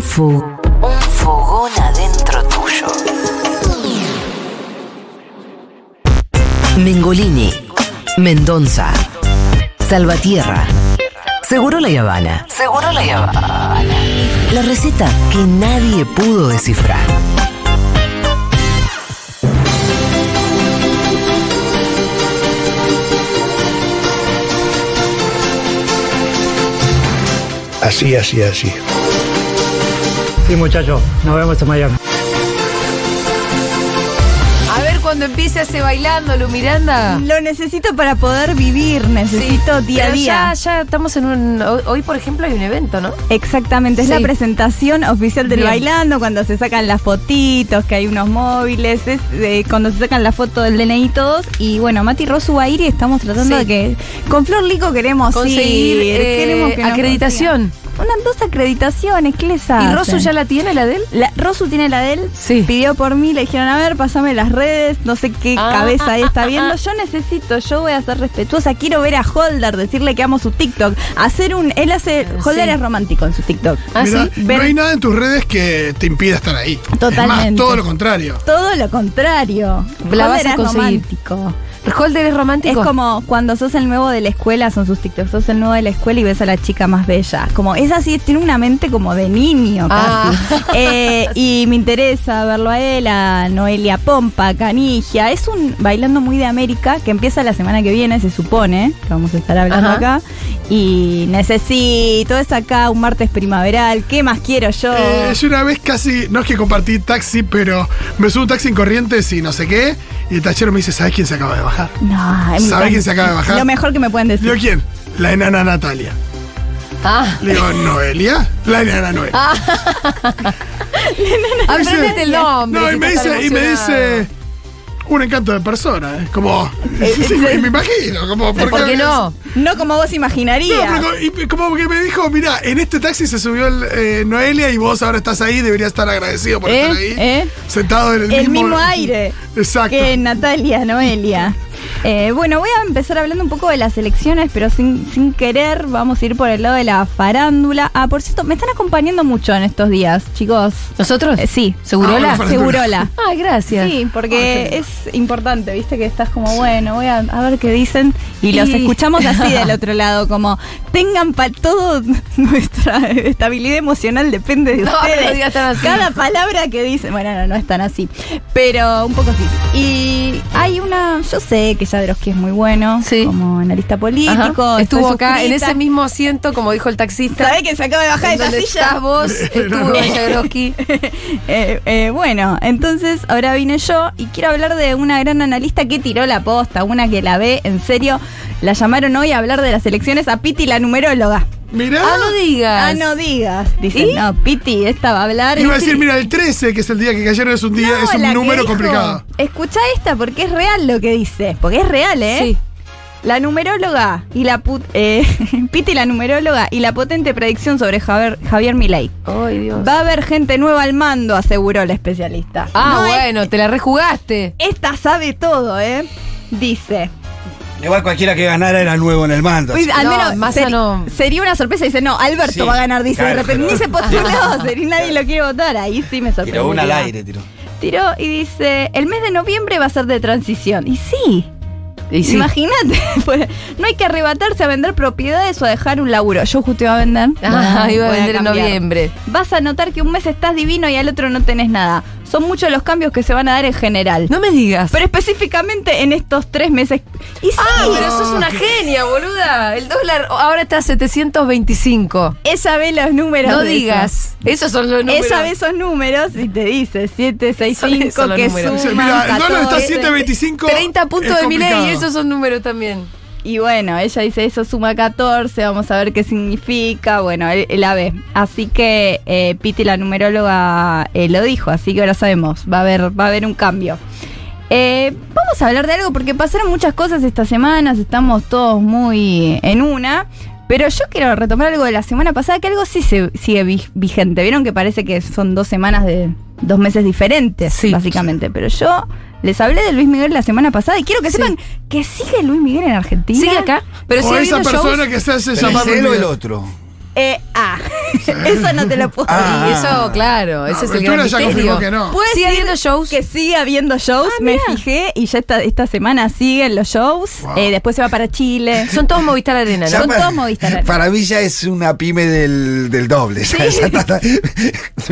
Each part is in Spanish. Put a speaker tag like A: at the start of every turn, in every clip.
A: fo- un fogón adentro tuyo. Mengolini, Mendoza, Salvatierra, Seguro la Habana. Seguro la Habana. La receta que nadie pudo descifrar.
B: Así, así, así.
C: Sí, muchachos, nos vemos en Miami.
D: A ver cuando empiece ese bailando, Lu Miranda.
E: Lo necesito para poder vivir, necesito día a
D: Pero
E: día.
D: Ya, ya estamos en un. ho- Hoy, por ejemplo, hay un evento, ¿no?
E: Exactamente, es
D: Sí.
E: la presentación oficial del
D: Bien.
E: bailando, cuando se sacan las fotitos, que hay unos móviles, es, eh, cuando se sacan la foto del DNI todos. Y bueno, Mati Rosu va a ir y estamos tratando
D: Sí.
E: de que. Con Flor Lico queremos
D: Conseguir
E: ir,
D: eh,
E: queremos que nos
D: acreditación.
E: consigan. Unas dos acreditaciones, ¿qué les
D: ¿Y
E: hacen?
D: Rosu ya la tiene, la de él?
E: La- Rosu tiene la de él,
D: Sí.
E: pidió por mí, le dijeron, a ver, pasame las redes, no sé qué
D: Ah,
E: cabeza ahí está
D: ah,
E: viendo.
D: ah.
E: Yo necesito, yo voy a ser respetuosa, quiero ver a Holder, decirle que amo su TikTok, hacer un, él hace, Holder
D: Ah, sí.
E: es romántico en su TikTok.
D: Ah,
F: Mirá,
D: sí.
F: No
E: Ver-
F: hay nada en tus redes que te impida estar ahí. Es
E: Totalmente.
F: más, todo lo contrario.
E: Todo lo contrario.
D: La vas
E: Holder
D: a
E: es
D: conseguir.
E: romántico.
D: Holder es romántico.
E: Es como cuando sos el nuevo de la escuela, son sus TikToks, sos el nuevo de la escuela y ves a la chica más bella. Como es así, tiene una mente como de niño
D: Ah.
E: casi. Eh, y me interesa verlo a él, a Noelia Pompa, Canigia. Es un bailando muy de América que empieza la semana que viene, se supone, que vamos a estar hablando
D: Ajá.
E: acá. Y necesito, es acá un martes primaveral, ¿qué más quiero
D: Oh.
E: yo?
F: Eh, yo una vez casi, no es que compartí taxi, pero me subo a un taxi en corrientes y no sé qué. Y el tachero me dice, ¿sabes quién se acaba de bajar?
E: no, es muy
F: ¿Sabe
E: tan-
F: quién se acaba de bajar?
E: Lo mejor que me pueden
F: Le digo,
E: decir.
F: ¿quién? La enana Natalia.
D: Ah,
F: Le digo, ¿Noelia? La enana Noelia.
D: aprendete el nombre.
F: no,
D: si
F: y me
D: estás tan
F: dice, y me
D: emocionado. Eh,
F: dice, un encanto de persona. Es como, sí, me, me imagino. Como,
D: ¿Por, qué no?
E: No como vos
F: No,
E: imaginarías.
F: pero como, y como que me dijo, mira, en este taxi se subió el, eh, Noelia y vos ahora estás ahí, deberías estar agradecido por
E: ¿Eh?
F: estar ahí.
E: ¿Eh?
F: Sentado en el,
E: el mismo aire
F: Exacto.
E: que Natalia Noelia. Eh, bueno, voy a empezar hablando un poco de las elecciones, pero sin, sin querer vamos a ir por el lado de la farándula. Ah, por cierto, me están acompañando mucho en estos días, chicos.
D: ¿Nosotros?
E: Eh, sí,
D: ¿Segurola?
F: Ah, bueno,
E: Segurola.
D: Ay, gracias.
E: Sí, porque es importante, viste que estás como, bueno, voy a, a ver qué dicen. Y,
D: Y-
E: los escuchamos así del otro lado, como, tengan para todo, nuestra estabilidad emocional depende de
D: No,
E: ustedes.
D: no digas tan así.
E: Cada palabra que dicen, bueno, no, no es tan así, pero un poco así. Y hay una, yo sé que Jadrowski es muy bueno,
D: Sí.
E: como analista político.
D: Ajá.
E: estoy
D: Estuvo acá en
E: suscrita.
D: ese mismo asiento, como dijo el taxista.
E: ¿Sabés que se acaba de bajar
D: en
E: de la
D: donde
E: silla?
D: estás vos, estuvo en Jodorowsky.
E: Eh, eh, bueno, entonces ahora vine yo y quiero hablar de una gran analista que tiró la posta, una que la ve en serio. La llamaron hoy a hablar de las elecciones a Piti, la numeróloga.
F: Mirá,
D: Ah, no digas.
E: Ah, no digas. Dicen, no, Piti, esta va a hablar.
F: iba a
E: Piti-
F: decir, mira, el 13, que es el día que cayeron, es un día,
E: No,
F: es
E: la
F: un
E: que
F: número
E: dijo.
F: complicado.
E: Escucha esta porque es real lo que dice. Porque es real, ¿eh?
D: Sí.
E: La numeróloga y la put- eh, Piti, la numeróloga y la potente predicción sobre Javier, Javier Milei.
D: Ay, Dios.
E: Va a haber gente nueva al mando, aseguró la especialista.
D: Ah,
E: No es-
D: bueno, te la rejugaste.
E: Esta sabe todo, ¿eh? Dice.
G: Igual cualquiera que ganara era nuevo en el mando.
E: Uy, al
D: No,
E: menos
D: Massa
E: seri-
D: no.
E: sería una sorpresa. Dice, no, Alberto
G: Sí,
E: va a ganar, dice
G: claro,
E: de repente.
G: pero-
E: Ni se postuló, sería- nadie lo quiere votar. Ahí sí me sorprendió.
G: Tiró una al aire, tiró.
E: Tiró y dice, el mes de noviembre va a ser de transición. Y sí,
D: Y sí.
E: imagínate. pues, no hay que arrebatarse a vender propiedades o a dejar un laburo. Yo justo iba a vender.
D: Ah,
E: No,
D: iba a
E: voy
D: vender en
E: cambiar.
D: noviembre.
E: Vas a notar que un mes estás divino y al otro no tenés nada. Son muchos los cambios que se van a dar en general.
D: No me digas.
E: Pero específicamente en estos tres meses. Y sí,
D: ah, pero sos una genia, boluda. El dólar ahora está a 725.
E: esa ve los números.
D: No
E: de
D: digas. Esos son los
E: eso.
D: números.
E: Esa ve esos números y te dice 7, 6,
D: Son esos
E: 5
D: los
E: que
D: números.
E: suman
F: Dice, mira, el dólar está a
E: 14.
F: 7.25.
D: 30 puntos
F: es
D: de mi ley y
F: complicado.
D: esos son números también.
E: Y bueno, ella dice eso suma 14, vamos a ver qué significa. Bueno, él, él la ve. Así que eh, Piti, la numeróloga, eh, lo dijo, así que ahora sabemos, va a haber, va a haber un cambio. Eh, vamos a hablar de algo porque pasaron muchas cosas estas semanas, estamos todos muy en una. Pero yo quiero retomar algo de la semana pasada, que algo sí se sigue vi- vigente. Vieron que parece que son dos semanas de dos meses diferentes,
D: Sí.
E: básicamente. Pero yo les hablé de Luis Miguel la semana pasada y quiero que
D: Sí.
E: sepan que sigue Luis Miguel en Argentina.
D: Sigue acá. Pero
F: o
D: sigue
F: esa
D: habiendo
F: persona
D: shows.
F: que se hace
G: ¿El
F: llamar
G: celo o
F: Luis
G: el
F: Miguel.
G: otro?
E: Eh, ah. Eso no te lo puedo
G: Ah.
D: Y eso, claro, ese es el
F: Ventura
D: gran
F: ya confirmó
D: misterio. Pues,
F: que no.
E: ¿Puedes
D: ¿Sigue
E: decir
D: habiendo shows? Ah,
E: Que sigue habiendo shows, me fijé y ya esta, esta semana siguen los shows.
F: Wow.
E: Eh, después se va para Chile.
D: Son todos Movistar Arena,
E: Ya
D: ¿no?
E: Son
G: para-
E: todos Movistar.
G: Para mí ya es una pyme del, del doble. ya- ya está- está-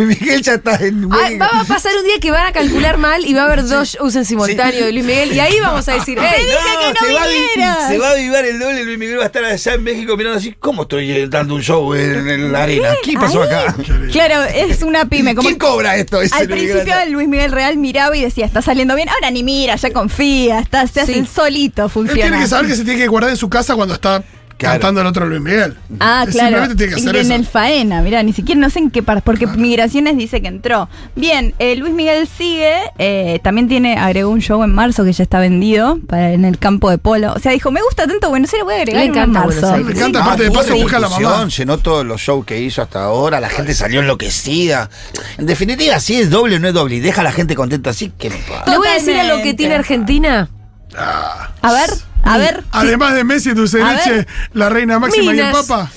G: Miguel ya está en.
D: Ay, va va a pasar un día que van a calcular mal y va a haber dos shows en simultáneo de Luis Miguel y ahí vamos a decir, ¡Ey!
E: que no
G: se, va a vi-
E: vinieras.
G: se va a avivar el doble. Luis Miguel va a estar allá en México mirando así: ¿Cómo estoy eh, dando un show en, en la arena? ¿Qué pasó acá?
E: Claro, es una pyme. Como
G: ¿Quién cobra esto? Ese
E: al
G: Luis Miguel
E: principio
G: allá.
E: Luis Miguel Real miraba y decía, está saliendo bien. Ahora ni mira, ya confía, está, se hace
D: Sí.
E: el solito,
F: Él
E: funciona.
F: tiene que saber que se tiene que guardar en su casa cuando está cantando el otro Luis Miguel.
E: Ah,
F: Él
E: claro.
F: Simplemente tiene que hacer
E: en
F: eso. Ah.
E: el faena, mirá, ni siquiera no sé en qué par- porque Migraciones dice que entró. Bien, eh, Luis Miguel sigue, eh, también tiene, agregó un show en marzo que ya está vendido para, en el campo de polo. O sea, dijo, me gusta tanto Buenos Aires, voy a agregar
D: Le
E: uno en
D: encanta
E: marzo.
D: Buenos
F: Me
D: Aires.
F: encanta,
G: Ah,
F: aparte de
G: tuvo
F: paso busca a la mamá.
G: repercusión, Llenó todos los shows que hizo hasta ahora, la gente salió enloquecida. En definitiva, si es doble o no es doble, y deja a la gente contenta así, que me pasa?
D: Le voy a decir a lo que tiene
E: Totalmente.
D: Argentina.
E: A ver, a ver.
F: Además de Messi,
E: A
F: Dulceviche,
E: ver. Uh,
F: la reina máxima y el
D: Minas.
F: papa.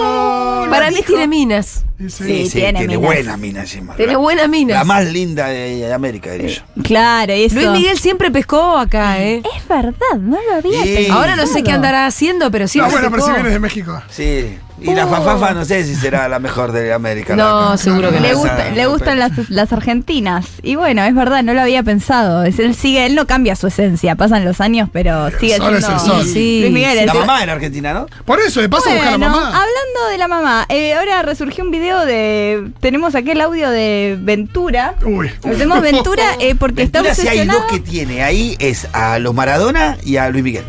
F: Ah,
D: Para mí tiene minas.
F: Y sí.
E: Sí, tiene minas.
G: buena mina encima.
D: Tiene
G: La-
D: buenas minas.
G: La más linda de, de América, diría
E: Claro, eso.
D: Luis Miguel siempre pescó acá, ¿eh?
E: Es verdad, no lo había
G: Sí.
E: pensado.
D: Ahora no sé qué andará haciendo, pero
F: No,
D: siempre
F: Ah, bueno, pero
D: pescó.
E: oh.
F: si vienes de México.
G: yo. Sí. Y la fafafa no sé si será la mejor de América.
D: No,
G: la-
D: seguro que no.
E: Le,
D: Esa-
E: gusta- le gustan las, las argentinas. Y bueno, es verdad, no lo había pensado. Es- él sigue, él no cambia su esencia. Pasan los años, pero sigue
F: sol es el
E: siendo-
F: sol.
D: Sí.
E: Luis Miguel
G: La
E: el-
G: mamá era argentina, ¿no?
F: Por eso, de paso busca a la
E: Bueno,
F: mamá.
E: Hablando de la mamá, eh, ahora resurgió un video de. Tenemos aquel audio de Ventura.
F: Uy.
E: Metemos Ventura eh, porque
G: Ventura,
E: está
G: si hay dos
E: obsesionado.
G: que tiene ahí es a los Maradona y a Luis Miguel.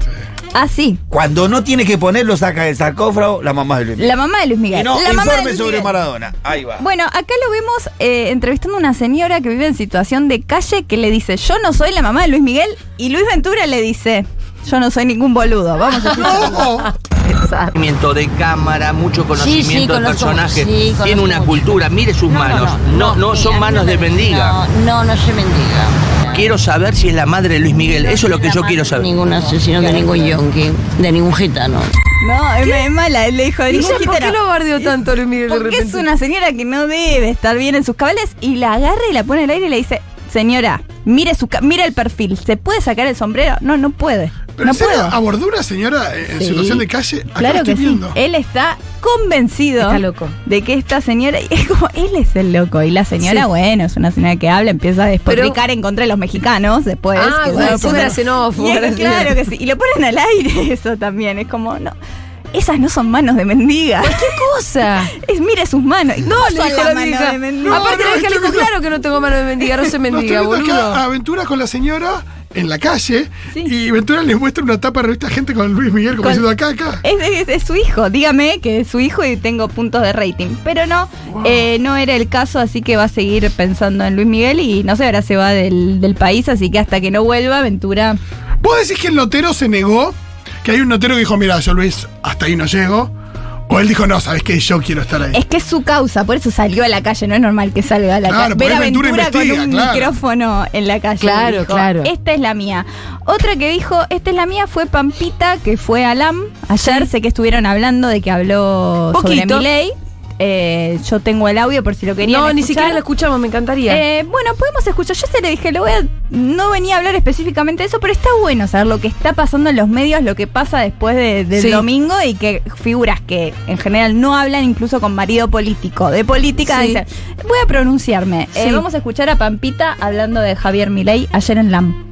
E: Ah, sí.
G: Cuando no tiene que ponerlo, saca del sarcófago la mamá de Luis Miguel.
E: La mamá de Luis Miguel.
G: Y no,
E: la mamá de
G: informe
E: Luis
G: sobre
E: Miguel.
G: Maradona. Ahí va.
E: Bueno, acá lo vemos eh, entrevistando a una señora que vive en situación de calle que le dice, yo no soy la mamá de Luis Miguel. Y Luis Ventura le dice, yo no soy ningún boludo. Vamos a escuchar.
H: conocimiento de cámara, mucho conocimiento del personaje. Tiene una cultura. Mire sus manos. No, no, son manos de mendiga. No, no, se mendiga. Quiero saber si es la madre de Luis Miguel. Eso es lo que yo quiero saber.
I: ningún asesino de ningún yonki, de ningún gitano.
E: No, es es mala. Él le dijo,
D: ¿Y
E: ningún
D: ya por qué
E: gitano".
D: lo bardeó tanto Luis Miguel de
E: Porque es
D: repente?
E: una señora que no debe estar bien en sus cabales y la agarra y la pone al aire y le dice, señora, mire su ca- mire el perfil, ¿se puede sacar el sombrero? No, no puede.
F: Pero
E: no
F: en serio,
E: puedo.
F: abordó una señora eh, en
E: Sí.
F: situación de calle. Acá lo
E: Claro
F: estoy
E: que sí.
F: viendo.
E: Él está convencido
D: Está loco.
E: de que esta señora, es como, él es el loco. Y la señora,
D: Sí.
E: bueno, es una señora que habla, empieza a despotricar en contra de los mexicanos después.
D: Ah,
E: que,
D: bueno,
E: bueno,
D: siempre
E: puta-
D: era xenófoba,
E: Y es-
D: la señora.
E: Claro que sí. Y lo ponen al aire eso también. Es como, no, esas no son manos de mendiga.
D: ¿Qué cosa?
E: Es, mire sus manos. No,
D: No, le dijo la mendiga. Aparte,
F: No,
D: le
F: no,
D: dije, le
F: estoy
D: dijo,
F: viendo-
D: claro que no tengo mano de mendiga, no se
F: No, estoy
D: mendiga,
F: viendo
D: boludo.
F: acá aventuras con la señora en la calle.
E: Sí.
F: Y Ventura les muestra una tapa de revista Gente con Luis Miguel, como
E: Con-
F: diciendo acá, acá.
E: Es, es- es su hijo, dígame que es su hijo y tengo puntos de rating. Pero no, eh, no era el caso, así que va a seguir pensando en Luis Miguel y no sé, ahora se va del, del país, así que hasta que no vuelva, Ventura.
F: ¿Vos decís que el notero se negó? Que hay un notero que dijo, mira, yo Luis, hasta ahí no llego. O él dijo, no, ¿sabes qué? Yo quiero estar ahí.
E: Es que es su causa, por eso salió a la calle, no es normal que salga a la
F: Claro,
E: calle.
F: porque
E: Ver a
F: Ventura
E: Ventura con
F: investiga,
E: un
F: claro.
E: micrófono en la calle.
D: Claro,
E: dijo,
D: claro.
E: Esta es la mía. Otra que dijo, esta es la mía, fue Pampita, que fue a LAM. Ayer sé que estuvieron hablando de que habló sobre
D: Poquito.
E: mi ley. yo tengo el audio por si lo querían
D: No, ni
E: escuchar.
D: siquiera la escuchamos, me encantaría.
E: Eh, bueno, podemos escuchar. Yo se le dije, lo voy a- no venía a hablar específicamente de eso, pero está bueno saber lo que está pasando en los medios, lo que pasa después de- del
D: Sí.
E: domingo y que figuras que en general no hablan incluso con marido político, de política,
D: Sí.
E: dicen, voy a pronunciarme. Eh,
D: Sí.
E: vamos a escuchar a Pampita hablando de Javier Milei ayer en LAM.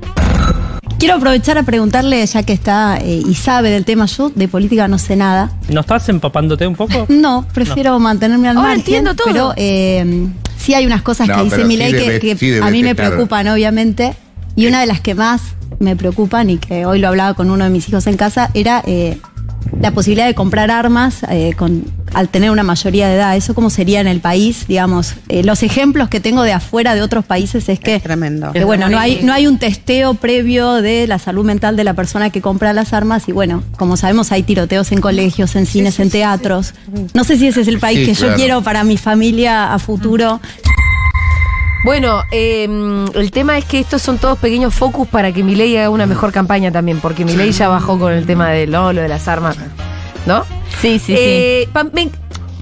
J: Quiero aprovechar a preguntarle, ya que está eh, y sabe del tema, yo de política no sé nada.
K: ¿No estás empapándote un poco?
J: No, prefiero mantenerme al
D: Ahora
J: margen.
D: entiendo todo.
J: Pero eh, sí hay unas cosas
L: No,
J: que dice
L: pero sí
J: Milei
L: debe-
J: que, que
L: sí debe Eh.
J: a mí me
L: detectar.
J: preocupan, obviamente. Y una de las que más me preocupan y que hoy lo hablaba con uno de mis hijos en casa era eh, la posibilidad de comprar armas eh, con, al tener una mayoría de edad. ¿Eso cómo sería en el país? Digamos, Eh, los ejemplos que tengo de afuera de otros países es que...
I: Tremendo.
J: Que bueno, no hay, no hay un testeo previo de la salud mental de la persona que compra las armas y bueno, como sabemos hay tiroteos en colegios, en cines, en teatros. No sé si ese es el país
L: Sí,
J: que
L: claro.
J: yo quiero para mi familia a futuro.
D: Mm. Bueno, eh, el tema es que estos son todos pequeños focus para que Milei haga una mejor campaña también, porque Milei ya bajó con el tema de lo, lo de las armas, ¿no?
E: Sí, sí,
D: Eh, Pam- me,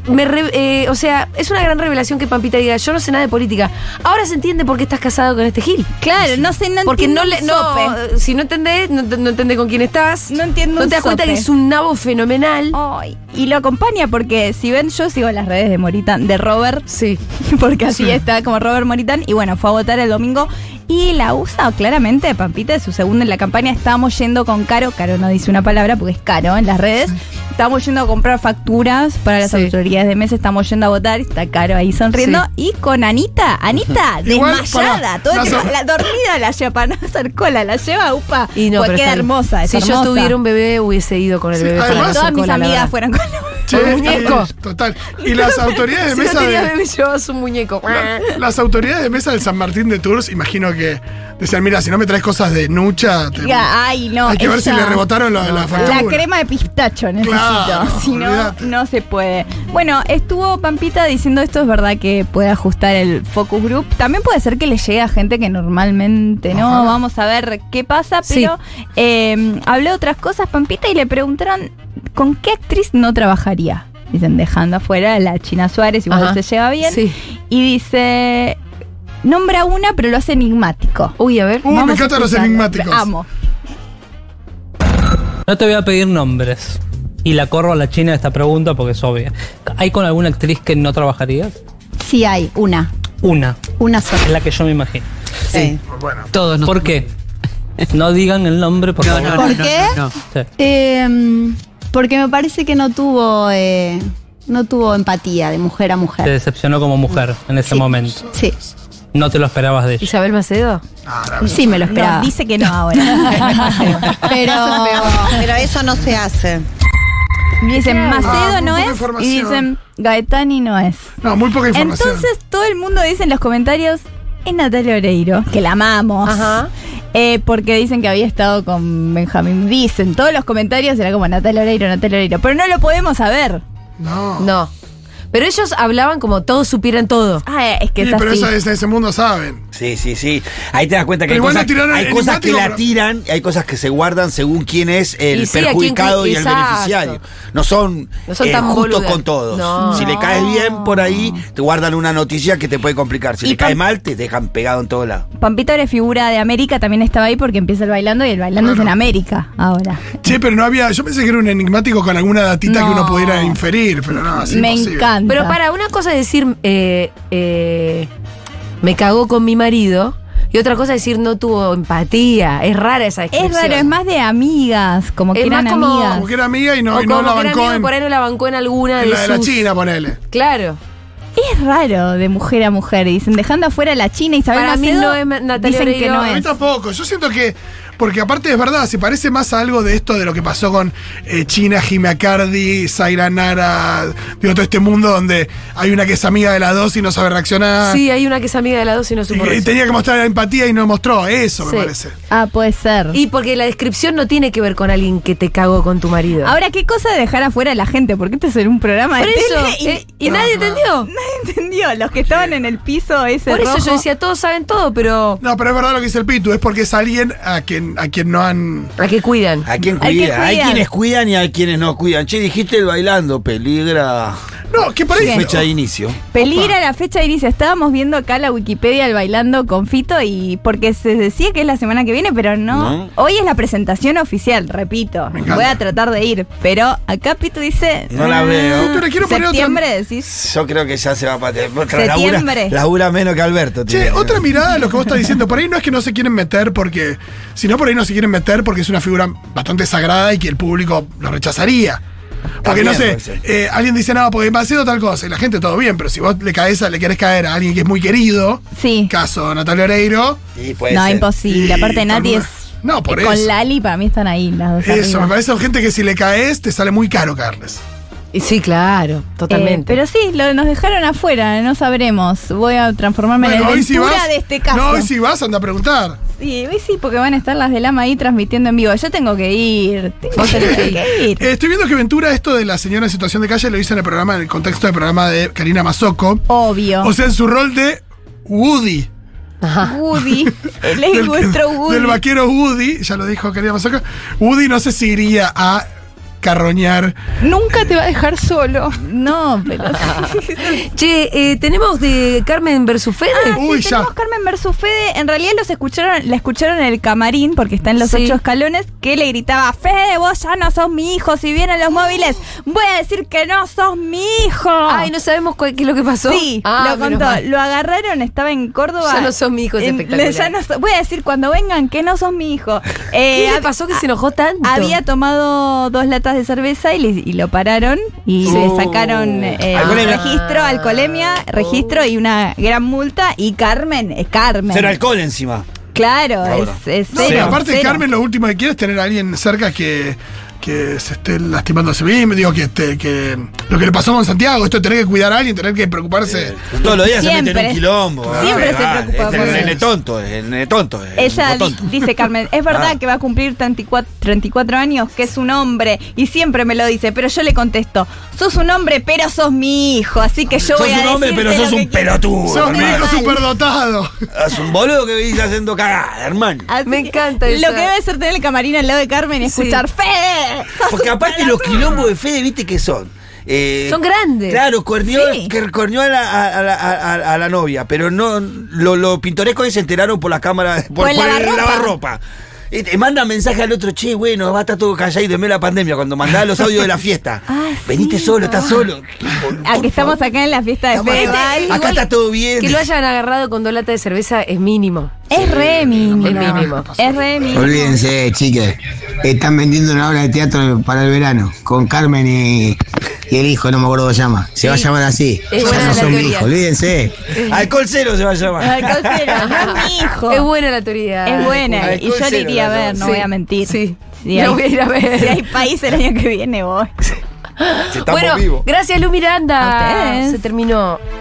D: me re- eh, o sea, es una gran revelación que Pampita diga, yo no sé nada de política. Ahora se entiende por qué estás casado con este Gil.
E: Claro, no sé, no
D: Porque no
E: entiendo
D: le
E: un
D: no, eh. si no entendés, no, no entendés con quién estás.
E: No entiendo
D: No
E: un
D: te das cuenta
E: sope. Oh.
D: que es un nabo fenomenal.
E: Ay, y lo acompaña porque si ven, yo sigo las redes de Moritán, de Robert.
D: Sí.
E: Porque así
D: Sí.
E: está como Robert Moritán. Y bueno, fue a votar el domingo. Y la usa claramente, Pampita, es su segunda en la campaña. Estábamos yendo con Caro. Caro no dice una palabra porque es caro en las redes. Estábamos yendo a comprar facturas para las
D: Sí.
E: autoridades de mesa. Estamos yendo a votar. Está Caro ahí sonriendo. Y con Anita. Anita,
F: Igual,
E: desmayada.
F: pará,
E: todo el
F: la
E: tiempo,
F: so-
E: la- dormida la lleva para no hacer cola. La lleva, upa.
D: Y no, pero
E: Pues queda
D: está bien.
E: hermosa. es
D: Si yo
E: hermosa.
D: tuviera un bebé, hubiese ido con el
F: Sí,
D: bebé.
F: además-
D: para
E: Todas
D: hacer
E: mis
D: cola, la
E: amigas
D: verdad.
E: fueron con la-
D: Un muñeco.
F: Total. Y las autoridades de
D: Si no
F: mesa
D: tenía
F: de.
D: bebé, llevabas un muñeco.
F: Las autoridades de mesa del San Martín de Tours, imagino que decían, mira, si no me traes cosas de nucha, te-
E: Ya, ay, no.
F: hay que ver si
E: ella-
F: le rebotaron la, la factura.
E: La crema de pistacho necesito.
F: Claro,
E: si no,
F: olvídate.
E: no se puede. Bueno, estuvo Pampita diciendo esto es verdad que puede ajustar el focus group. También puede ser que le llegue a gente que normalmente no. Vamos a ver qué pasa,
D: Sí.
E: pero eh, habló de otras cosas Pampita y le preguntaron con qué actriz no trabajaría. Dicen, dejando afuera a la China Suárez, igual
D: Ajá.
E: se lleva bien.
D: Sí.
E: Y dice, nombra una, pero lo hace enigmático.
D: Uy, a ver.
F: Uh, me
E: Vamos
F: encantan los
E: escuchando.
F: enigmáticos.
E: Amo.
K: No te voy a pedir nombres. Y la corro a la China esta pregunta porque es obvia. ¿Hay con alguna actriz que no trabajarías?
J: Sí hay, una.
K: Una,
J: Una sola.
K: es la que yo me imagino.
J: Sí.
F: Bueno,
L: Todos
K: ¿Por qué? No digan el nombre, por favor.
J: ¿Por qué?
K: Sí.
J: Eh, porque me parece que no tuvo, eh, no tuvo empatía de mujer a
K: Te
J: mujer.
K: decepcionó como mujer en ese momento.
J: Sí,
K: No te lo esperabas de ella.
D: Isabel Macedo.
J: sí me lo esperaba.
E: No, dice que no ahora.
M: Pero, pero eso no se hace.
E: Me dicen Macedo
F: Ah, muy
E: no
F: poca
E: es y
F: información.
E: dicen Gaetani no es.
F: no, muy poca información.
E: Entonces todo el mundo dice en los comentarios es Natalia Oreiro, que la amamos.
D: Ajá.
E: Eh, porque dicen que había estado con Benjamín. Dicen, todos los comentarios era como Natalia Oreiro, Natalia Oreiro. Pero no lo podemos saber.
F: no.
D: No. Pero ellos hablaban como todos supieran todo.
E: Ah, es que
F: Sí,
E: es
F: pero
E: así.
F: esa, esa- ese mundo saben.
G: Sí, sí, sí. Ahí te das cuenta que
F: Pero
G: hay
F: igual
G: cosas,
F: no tiraron
G: hay
F: el
G: cosas que
F: neumático,
G: la
F: pero-
G: tiran y hay cosas que se guardan según quién es el
D: Y sí, a quién
G: perjudicado
D: cri-
G: y el
D: exacto.
G: beneficiario. No son,
D: No son
G: eh,
D: tan
G: justos
D: boludas.
G: con todos.
D: No.
G: Si le caes bien por ahí, te guardan una noticia que te puede complicar. Si
E: Y
G: le cae
E: con-
G: mal, te dejan pegado en todos lados.
E: Pampita era figura de América, también estaba ahí porque empieza el bailando y el bailando es en América ahora.
F: Che, pero no había. Yo pensé que era un enigmático con alguna datita que
E: No.
F: uno pudiera inferir, pero no, así
E: Me encanta.
D: Pero para, una cosa es decir, eh, eh, me cagó con mi marido. Y otra cosa es decir, no tuvo empatía. Es rara esa
E: Es
D: descripción.
E: raro, es más de amigas, como
D: Es
E: que
D: más
E: eran
D: como-
E: amigas.
F: Como que era amiga y
D: O
F: no, y no
D: como
F: la
D: que era
F: bancó
D: amigo,
F: en,
D: por ahí no la bancó en alguna
F: en
D: de
F: la de la
D: sus-
F: China, ponele.
D: Claro.
E: Es raro de mujer a mujer, dicen, dejando afuera a la China y Isabel
D: Para mí
E: Macedo,
D: no es Ma- Natalia
E: dicen que
D: Oreiro.
E: no
F: A mí
E: es.
F: tampoco. Yo siento que. Porque aparte es verdad, se parece más a algo de esto de lo que pasó con eh, China, Jimmy Cardi, Zaira Nara, digo, todo este mundo donde hay una que es amiga de las dos y no sabe reaccionar.
D: Sí, hay una que es amiga de la dos y no
F: Y,
D: supo
F: Ah. y
D: eso.
F: tenía que mostrar empatía y no mostró. Eso
D: Sí.
F: me parece.
E: Ah, puede ser.
D: Y porque la descripción no tiene que ver con alguien que te cagó con tu marido.
E: Ahora, ¿qué cosa de dejar afuera a la gente? Porque este es en un programa de
D: Por eso,
E: tele y
D: eh, y, nadie entendió.
E: nadie entendió. Los que estaban en el piso ese
D: Por eso
E: rojo-
D: yo decía, todos saben todo, pero
F: No, pero es verdad lo que dice el Pitu, es porque es alguien a quien, a quien no han.
D: ¿a qué cuidan?
G: ¿A quién
E: Hay que
G: cuida? Hay
E: cuidar.
G: quienes cuidan y hay quienes no cuidan. Che, dijiste el bailando, peligra
F: No, que por
G: su
F: ahí.
G: fecha de inicio.
E: Peligra la fecha Iris. Estábamos viendo acá la Wikipedia el bailando con Fito y porque se decía que es la semana que viene, pero no.
G: No.
E: Hoy es la presentación oficial, repito.
F: encanta.
E: Voy a tratar de ir, pero acá Pitu dice. "Mm,
G: No la veo.
F: Pitu, le quiero poner otra-
E: septiembre decís.
G: Yo creo que ya se va a patear. Otra
E: Septiembre.
G: Labura, labura menos que Alberto.
F: Che,
G: tiene.
F: otra mirada a lo que vos estás diciendo. Por ahí no es que no se quieren meter porque. Sino por ahí no se quieren meter porque es una figura bastante sagrada y que el público lo rechazaría. Porque
G: También
F: no sé,
G: puede ser.
F: eh, alguien dice nada porque demasiado tal cosa y la gente todo bien, pero si vos le caes a, le querés caer a alguien que es muy querido,
E: Sí.
F: caso Natalia Oreiro,
G: Sí, puede
E: no,
G: ser.
E: imposible.
F: Y
E: Aparte,
F: todo
E: nadie
F: el
E: es.
F: mundo- No, por
E: eh, Con
F: eso.
E: Lali, para mí están ahí las dos.
F: eso,
E: arriba. Eh,
F: me parece gente que si le caes te sale muy caro, Carles.
D: Y sí, claro,
E: Eh,
D: totalmente.
E: pero sí, lo, nos dejaron afuera, no sabremos. Voy a transformarme en
F: Bueno,
E: la
F: hoy si
E: aventura
F: vas.
E: de este caso.
F: No, hoy si vas, anda a preguntar.
E: Sí, hoy sí, porque van a estar las del AMA ahí transmitiendo en vivo. Yo tengo que ir. Tengo que que ir.
F: Eh, estoy viendo que Ventura esto de la señora en situación de calle lo hizo en el programa, en el contexto del programa de Karina Mazoco.
E: Obvio.
F: O sea, en su rol de Woody.
E: Woody. Él es
F: del,
E: nuestro Woody.
F: del vaquero Woody, ya lo dijo Karina Mazoco. Woody no sé si iría a carroñar.
E: Nunca te va a dejar solo. No, pero.
D: che, eh, tenemos de Carmen versus Fede.
E: Ah, sí,
F: Uy, ya.
E: tenemos Carmen versus Fede. En realidad los escucharon, la escucharon en el camarín, porque está en los
D: Sí.
E: ocho escalones, que le gritaba, Fede, vos ya no sos mi hijo. Si vienen los móviles, voy a decir que no sos mi hijo.
D: Ay, no sabemos cuál- qué es lo que pasó.
E: Sí,
D: Ah,
E: lo
D: menos
E: contó.
D: mal.
E: Lo agarraron, estaba en Córdoba.
D: Ya no sos mi hijo, es
E: En-
D: espectacular.
E: ya no so- voy a decir cuando vengan que no sos mi hijo. Eh,
D: ¿Qué le
E: hab-
D: pasó que se enojó tanto?
E: Había tomado dos latas de cerveza y, le- y lo pararon y
D: Sí.
E: le sacaron eh,
G: Alcoholemia.
E: registro, alcoholemia,
D: Oh.
E: registro y una gran multa. Y Carmen, es Carmen.
G: Cero alcohol encima.
E: Claro,
G: Ahora.
E: es, es
F: No,
E: cero.
F: pero aparte,
E: cero.
F: Carmen, lo último que quiere es tener a alguien cerca que, que se esté lastimando a sí mismo. Digo, que, este, que lo que le pasó con Santiago, esto de tener que cuidar a alguien, tener que preocuparse.
G: Todos los días se mete en
E: Siempre.
G: un quilombo.
E: Siempre
G: Ah,
E: se
G: ah,
E: preocupa
G: es
E: por
G: El
E: eso.
G: nene tonto, es el nene tonto. es el
E: Ella
G: hijo
E: di-
G: tonto.
E: dice, Carmen, es verdad
G: Ah.
E: que va a cumplir 34, 34 años, que es un hombre, y siempre me lo dice, pero yo le contesto, sos un hombre, pero sos mi hijo, así que yo
G: Sos
E: voy a
G: un hombre,
E: decirte
G: pero sos
E: lo que
G: un
E: quiero".
G: pelotudo.
F: Sos un
G: hermano.
F: hijo superdotado.
G: Es un boludo que vivís haciendo cagada, hermano.
E: Así
D: Me
E: que
D: encanta eso.
E: Lo que debe ser tener el camarín al lado de Carmen y
D: Sí.
E: escuchar, Fede, sos
G: Porque
E: un
G: aparte
E: pelotudo".
G: los quilombos de Fede, viste que son. Eh,
D: Son grandes.
G: Claro, corneó,
E: Sí.
G: que corneó a, la, a- a la- a- a la novia, pero no lo, lo pintoresco que se enteraron por la cámara, por,
E: Por el lavarropa.
G: lavarropa. Y te manda mensaje al otro, che, bueno, va a estar todo callado y de la pandemia cuando mandaba los audios de la fiesta.
E: Ah, sí,
G: Veniste solo, estás solo.
E: Ah, que estamos acá en la fiesta de
G: Estamos
E: Fede.
G: acá.
E: Val.
G: Acá está todo bien.
D: Que lo hayan agarrado con dos latas de cerveza es mínimo.
E: Es re mínimo.
D: Es mínimo.
E: Es re mínimo.
L: Olvídense, chiques. Están vendiendo una obra de teatro para el verano con Carmen y, y el hijo, no me acuerdo cómo se llama. Se va a llamar así.
D: Es
L: Ya
D: buena
L: no
D: la
L: son mi
D: teoría.
L: hijo, olvídense.
G: Alcohol cero se va a llamar.
E: Ay, Consuelo, no es mi hijo.
D: Es buena la teoría.
E: Es buena.
G: Alcohol
E: Y yo le
G: cero,
E: iría a
G: la
E: ver, no
D: Sí.
E: voy a mentir.
D: Sí.
E: Si
D: La
E: hay-
D: voy a ir a ver.
E: Si hay país el año que viene, voy.
G: Si estamos
D: Bueno,
G: vivos.
D: gracias Lu
E: A
D: Miranda.
E: ustedes.
D: Se terminó.